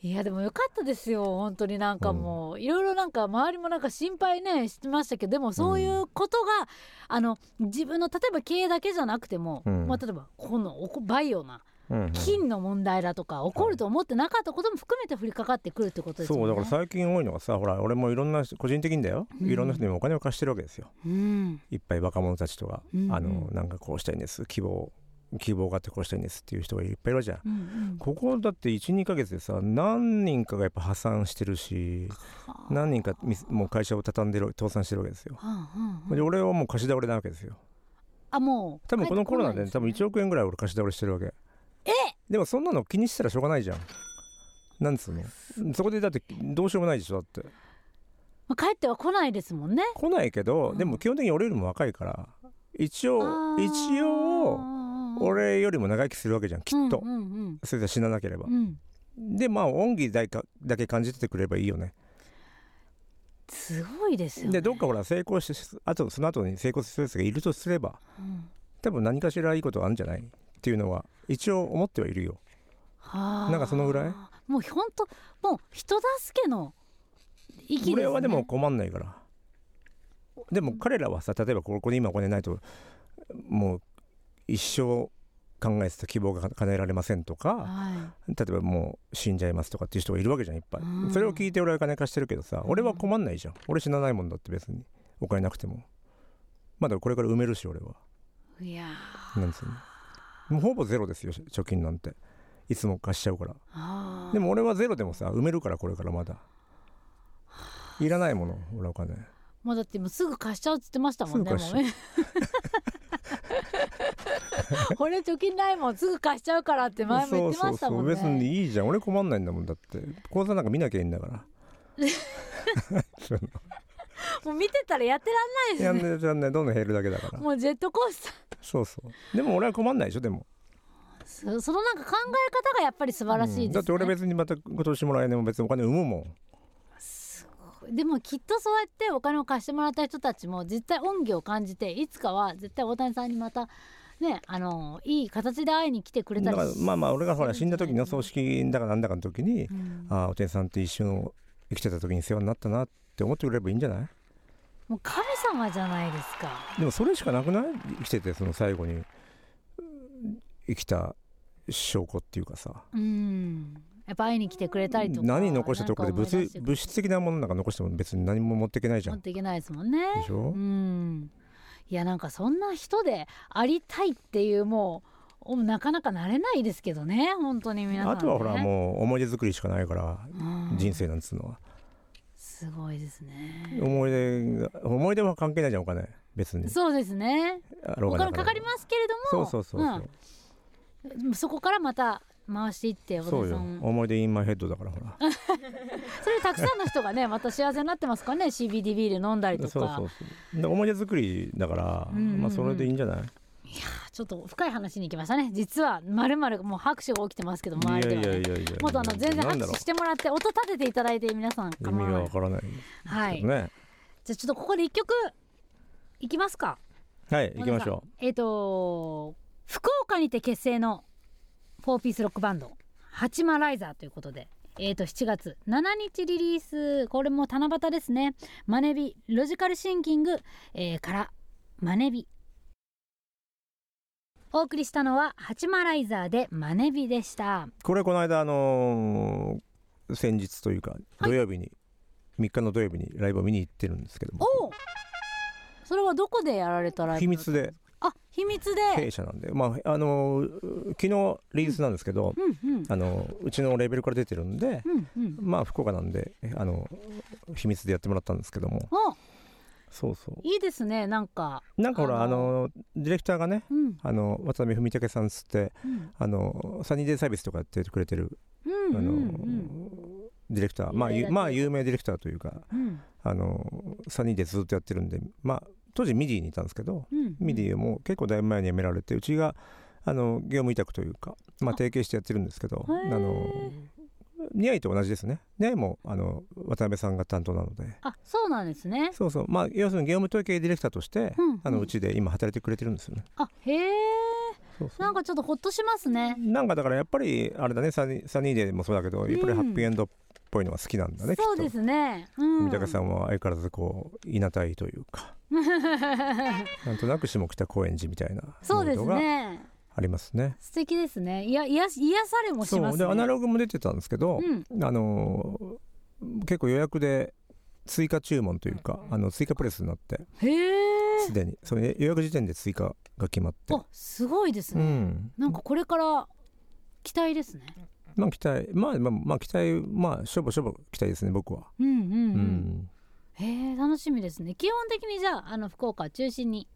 いやでもよかったですよ本当になんかもういろいろなんか周りもなんか心配ねしてましたけどでもそういうことが、あの自分の例えば経営だけじゃなくても、うんまあ、例えばこのおこバイオなうんうん金の問題だとか起こると思ってなかったことも含めて降りかかってくるってことですそよね。うだから最近多いのがさほら俺もいろんな人個人的にだよ、いろんな人にもお金を貸してるわけですようんいっぱい若者たちとか、うんうんあのなんかこうしたいんです希望希望があってこうしたいんですっていう人がいっぱいいるじゃんうんうんここだって12ヶ月でさ何人かがやっぱ破産してるし何人かみもう会社を畳んでる倒産してるわけですよはあはあはあで俺はもう貸し倒れなわけですよあもう多分このコロナで多分1応億円ぐらい俺貸し倒れしてるわけでもそんなの気にしたらしょうがないじゃんなんつうのそこでだってどうしようもないでしょだって帰っては来ないですもんね。来ないけどでも基本的に俺よりも若いから一応一応俺よりも長生きするわけじゃんきっと、うんうんそれで死ななければうんうんでまあ恩義だいかだけ感じててくれればいいよねすごいですよ、ね、でどっかほら成功してあとその後に成功するやつがいるとすればうん多分何かしらいいことがあるんじゃないっていうのは一応思ってはいるよはあなんかそのぐらいもう本当もう人助けの域です、ね、俺はでも困んないからでも彼らはさ例えばここで今お金ないともう一生考えてた希望が叶えられませんとかは例えばもう死んじゃいますとかっていう人がいるわけじゃんいっぱいうんそれを聞いて俺は金貸してるけどさうん俺は困んないじゃん俺死なないもんだって別にお金なくてもまだこれから埋めるし俺はいいやなんですよね。もうほぼゼロですよ、し貯金なんて。いつも貸しちゃうからあーでも俺はゼロでもさ埋めるからこれからまだいらないもの俺はお金もうだってもうすぐ貸しちゃうっつってましたもんね。すぐ貸もうね俺貯金ないもんすぐ貸しちゃうからって前も言ってましたもんね。そうそうそう別にいいじゃん俺困んないんだもんだって口座なんか見なきゃいいんだ [LAUGHS] からもう見てたらやってらんなやいんですね。ねやんねどんどん減るだけだからもうジェットコースターそうそうでも俺は困んないでしょでもそそのなんか考え方がやっぱり素晴らしいですね。うんだって俺別にまた今年も来年も別にお金産むもんでもきっとそうやってお金を貸してもらった人たちも絶対恩義を感じていつかは絶対大谷さんにまたねあのいい形で会いに来てくれただりからしまあまあ俺がほら死んだ時の葬式だかなんだかの時に、ああお天さんって一瞬生きてた時に世話になったなって思ってくれればいいんじゃないもう神様じゃないですか。でもそれしかなくない生きててその最後にうん生きた証拠っていうかさうんやっぱ会いに来てくれたりとか何残したところでなんか思い出物してくれ物質的なものなんか残しても別に何も持っていけないじゃ持っんていけないですもんね。でしょ、うんいやなんかそんな人でありたいっていうもうおなかなかなれないですけどね本当に皆さん、ね、あとはほらもう思い出作りしかないからうん人生なんつうのは、すごいですね。思い出が思い出は関係ないじゃんお金別にそうですね。あろうおが金なかろうかりますけれどそもうそうそうそう、うんそこからまた回していっておそうさよん思い出インマイヘッドだからほらそれたくさんの人 [LAUGHS] がねまた幸せになってますからね CBD ビール飲んだりそうとかそうそうで思い出作りだから、うんうんうんまあそれでいいんじゃないちょっと深い話に行きましたね実はまるまるもう拍手が起きてますけど周りでは、ね、やいやもっとあの全然なん拍だろ手してもらって音立てていただいて皆さんう意構味わがなわいからないはいねじゃあちょっとここで一曲いきますかはい行きましょえっ、と福岡にて結成の4ピースロックバンドハチマライザーということでえー、と7月7日リリースこれも七夕ですね「マネビロジカルシンキング」えーから「マネビ」お送りしたのは「ハチマライザー」で「マネビ」でしたうこれこの間あのー先日というかい土曜日に、3日の土曜日にライブを見に行ってるんですけどもおおそれはどこでやられたライブ秘密であ秘密経で営者なんで、まああのー昨日リリースなんですけど、うんうんあのうちのレーベルから出てるんで、うんうんまあ福岡なんであの秘密でやってもらったんですけどもおそうそういいですねなんかなんかほらああのディレクターがねうんあの渡辺文武さんっつってうんあのサニーデイサービスとかやってくれてる、うんうんあのディレクター、まあ、ゆまあ有名ディレクターというかうんうんあのサニーでずっとやってるんで、まあ、当時ミディにいたんですけどうんミディも結構だいぶ前に辞められてうちがあの業務委託というか、まあ、提携してやってるんですけどへーあのニャイと同じですねニャイもあの渡辺さんが担当なのであそうなんですねそうそうまあ要するに業務統計ディレクターとして、うんうんあのうちで今働いてくれてるんですよねあへえそうそうなんかちょっとほっとしますねなんかだからやっぱりあれだねサニサニーデーもそうだけどやっぱうりんハッピーエンドっぽいのが好きなんだね、そうできっとすねうん三宅さんは相変わらずこういなたいという [LAUGHS] かなんとなく下北高円寺みたいなそうですがねありますね素敵ですねいや癒やし癒やされもしまそすうでアナねログも出てたんですけど、あのー結構予約で追加注文というかあの追加プレスになってへえすでにその予約時点で追加が決まってあすごいですうねんなんかこれから期待ですねまあ期待まあまあまあ期待まあしょぼしょぼ期待ですね僕は、うんううんんうんへえ楽しみですね基本的にじゃああの福岡中心に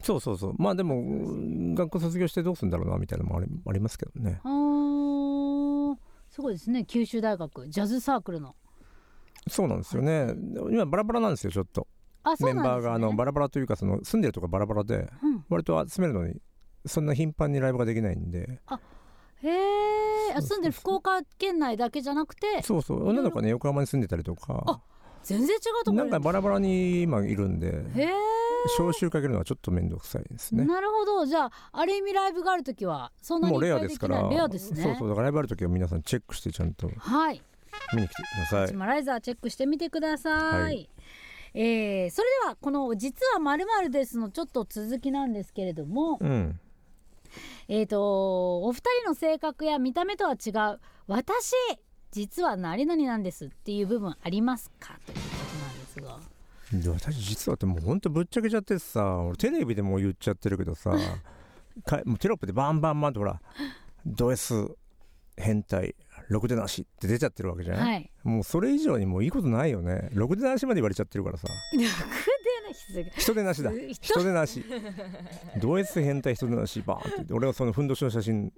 そうそうそうまあでもうん学校卒業してどうするんだろうなみたいなのもありありますけどねあーすごいですね九州大学ジャズサークルのそうなんですよね今バラバラなんですよちょっと、あそメうンなんです、ね、バーがあのバラバラというかその住んでるとこバラバラでうん割と集めるのにそんな頻繁にライブができないんでへえあ住んでる福岡県内だけじゃなくてそうそう女の子はね横浜に住んでたりとあか全然違うとこなろんかバラバラに今いるんでへえ招集かけるのはちょっと面倒くさいですねなるほどじゃあある意味ライブがあるときはそんなにもいうっレアぱいでですきかならいレアですねそうそうだからライブある時は皆さんチェックしてちゃんとはい、見に来てくださいチマライザーチェックしてみてください、はいえーそれではこの「実はまるです」のちょっと続きなんですけれども、うんえー、とお二人の性格や見た目とは違う私実は何々なんですっていう部分ありますかということなんですが [LAUGHS] で私実はってもうほんとぶっちゃけちゃって [LAUGHS] さ俺テレビでもう言っちゃってるけどさかもうテロップでバンバンバンってほらド S 変態ろくでなしって出ちゃってるわけじゃん、はいもうそれ以上にもういいことないよねろくでなしまで言われちゃってるからさろくでないすごい人でなし [LAUGHS] だ人人でなしド S 変態人でなしバーンって俺はそのふんどしの写真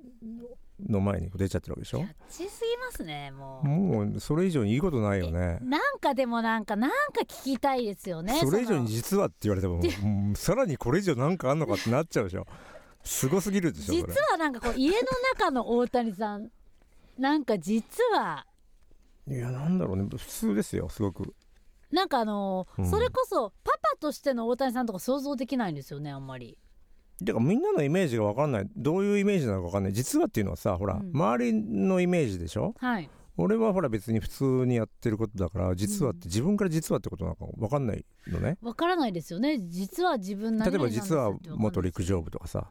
の前に出ちゃってるわけでしキャょッチすぎますねもう、もうそれ以上にいいことないよねなんかでもなんかなんか聞きたいですよねそれ以上にの実はって言われてももうさらにこれ以上なんかあんのかってなっちゃうでしょすごすぎるでしょ実それはなんかこう家の中の大谷さんなんか実はいやなんだろうね普通ですよすごくなんかあのーうんそれこそパパとしての大谷さんとか想像できないんですよねあんまりてかみんなのイメージが分かんないどういうイメージなのか分かんない実はっていうのはさほら、うん周りのイメージでしょはい俺はほら別に普通にやってることだから実はって、自分から実はってことなんか分かんないのねわからないですよね実は自分例何え々なんばです実は元陸上上部とかさ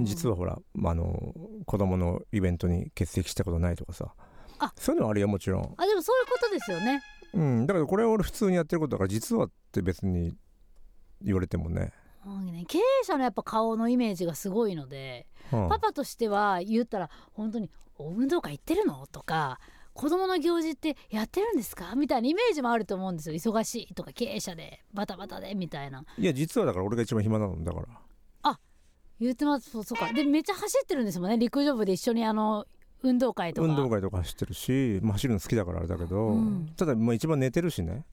実ははほら、まあ、あの子供のイベントに欠席したことないとかさあそういうのはあるよもちろん、あでもそういうことですよねうん、だからこれは俺普通にやってることだから実はって別に言われてもね、うんね経営者のやっぱ顔のイメージがすごいのでうんパパとしては言ったら本当に「お運動会行ってるの?」とか「子供の行事ってやってるんですか?」みたいなイメージもあると思うんですよ忙しいとか経営者でバタバタでみたいないや実はだから俺が一番暇なのだから言ってますそうそうかでめっちゃ走ってるんですもんね陸上部で一緒にあの運動会とか運動会とか走ってるし、まあ、走るの好きだからあれだけど、うんただまあ一番寝てるしね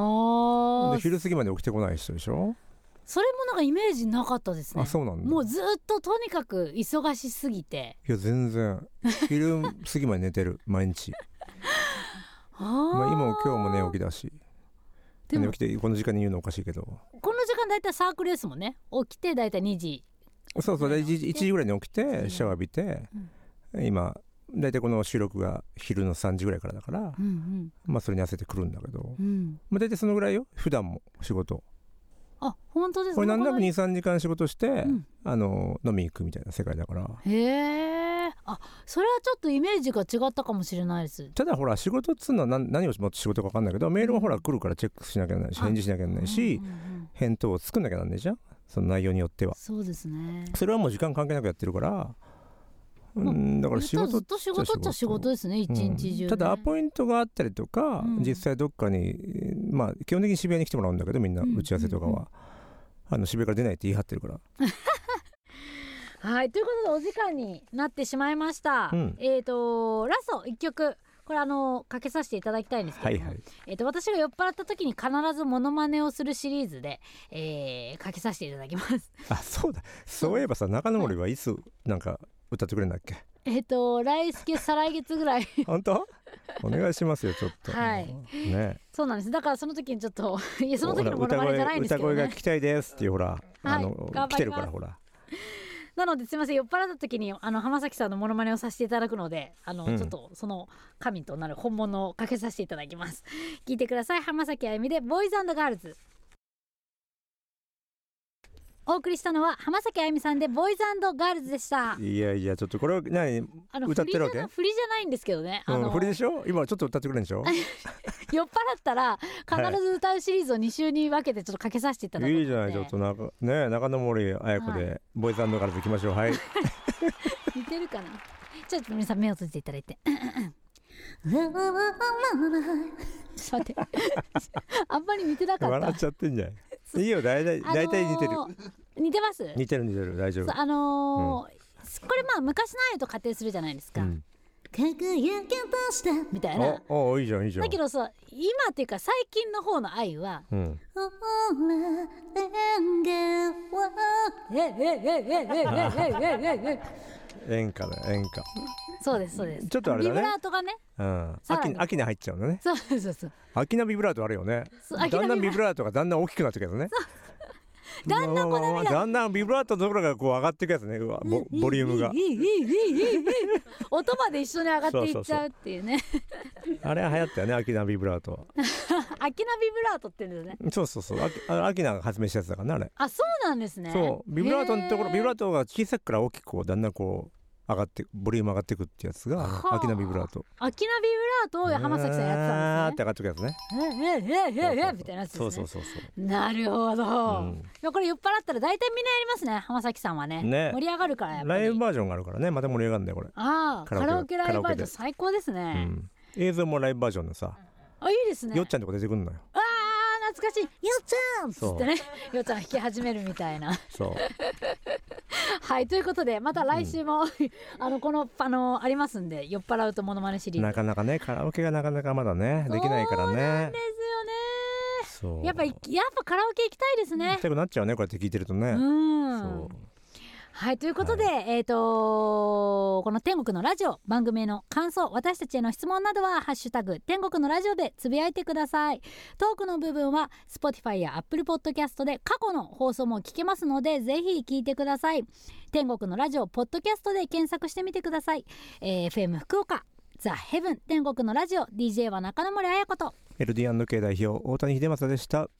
あであ昼過ぎまで起きてこない人でしょ、それもなんかイメージなかったですねあそうなんだもうずっととにかく忙しすぎていや全然昼過ぎまで寝 [LAUGHS] てる毎日、あ、まあ、ま今も今日も寝起きだしで寝も起きてこの時間に言うのおかしいけどこの時間だいたいサークルですもんね起きてだいたい2時そうそうね1時 ,1 時ぐらいに起きてシャワー浴びて、今大体この収録が昼の3時ぐらいからだから、うんまあそれに合わせてくるんだけど、うんうんまあ、大体そのぐらいよ普段も仕事あ本当ですこれ何んとなくに23時間仕事して、んあの飲み行くみたいな世界だからへえあそれはちょっとイメージが違ったかもしれないですただほら仕事っつうのは何何をもって仕事か分かんないけどメールはほら来るからチェックしなきゃならないしあ返事しなきゃならないし、うんうんうん返答を作んなきゃなんないじゃんその内容によってはそうですねそれはもう時間関係なくやってるから、うん、だから仕事ずっと仕事っちゃ仕事ですね一日中、ねただアポイントがあったりとか、うん実際どっかにまあ基本的に渋谷に来てもらうんだけどみんなうん打ち合わせとかは、うんうあの渋谷から出ないって言い張ってるからはいということでお時間になってしまいました、うんえっ、とラスト1曲これあのかけさせていただきたいんですけはれいども、はいえっと私が酔っ払った時に必ずモノマネをするシリーズで、えー、かけさせていただきます [LAUGHS] あそうだそういえばさ中野森はいつなんか歌ってくれるんだっけ、えっと来月再来月ぐらい [LAUGHS] 本当お願いしますよちょっとはいねそうなんですだからその時にちょっといやその時のほモノらマネじゃないんです歌けど声歌声ねが聞きたいですっていうほら、あの頑張ります来てるからほらなのですいません酔っ払った時にあの浜崎さんのモノマネをさせていただくのであの、うんちょっとその神となる本物をかけさせていただきます [LAUGHS] 聞いてください浜崎あゆみでボーイズガールズお送りしたのは浜崎あゆみさんでボーイズガールズでしたいやいやちょっとこれは何、うん、あの歌ってるわけ振りじゃな振りじゃないんですけどね、あの振りでしょ今ちょっと歌ってくれるんで [LAUGHS] しょ酔っ払ったら必ず歌うシリーズを2週に分けてちょっとかけさせていただこうい思いじゃないちょっってとなんかね中野森綾子でボイスガールズ行きましょうはい似てるかなちょっと皆さん目を閉じていただい [LAUGHS] てちょっと待ってあんまり似てなかった笑っちゃってんじゃんいいよ大体あのー大体似てる似てます似てる似てる大丈そう夫あのーこれまあ昔の愛と仮定するじゃないですか、うん輝きとしたみたいなおおいいじゃんいいじゃんだけどそう今っていうか最近の方の愛はうん「ほら演芸はええええええええええええ演歌だよ演歌そうですそうですちょっとあれだねビブラートがねうんさら秋にに秋に入っちゃうのねそうそうそうそう秋のビブラートあるよねそうだん秋のだんビビブブラートがだんだん大きくなってくるけどねだんだんだんだんビブラートのところがこう上がっていくやつねうわボボリュー [LAUGHS] ムがいいいいいいいいいいい音まで一緒に上がっていっちゃうっていうねあれは流行ったよね秋のビブラートは秋ナビブラートって言うんですねそうそうそう秋あ秋菜が発明したやつだからねあれあそうなんですねそうビブラートのところへビブラートが小さくから大きくこうだんだんこ上がってボリューム上がってくってやつがはあ秋のビブラート秋ナビブラートを浜崎さんやってたあんーって上がってくやつでねすねええええええええみたいなやつですねそうそうそうそうなるほど、んいやこれ酔っ払ったら大体みんなやりますね浜崎さんはねね盛り上がるからやっぱラりイブバージョンがあるからねまた盛り上がるんだよこれ、ああカカララオケオケライブバージョカラオケンで最高ですうね、ん、映像もライブバージョンのさ、あいいですねよっちゃんとか出てくんのよああ懐かしいよっちゃんっつそうってねよっちゃん弾き始めるみたいなそうはいということでまた来週も、あのこのあのありますんで酔っ払うとモノマネシ [LAUGHS] リーズなかなかねカラオケがなかなかまだねできないからねですよねそうやっぱりやっぱカラオケ行きたいです行ねきたくなっちゃうねこうやって聞いてるとね、うんそうはいということで、えっ、とこの天国のラジオ番組への感想私たちへの質問などは「ハッシュタグ天国のラジオ」でつぶやいてくださいトークの部分は Spotify や Apple Podcast で過去の放送も聞けますのでぜひ聞いてください天国のラジオポッドキャストで検索してみてください、えー FM 福岡ザ・ヘブン天国のラジオ DJ は中野森彩子と LD&K 代表大谷秀正でした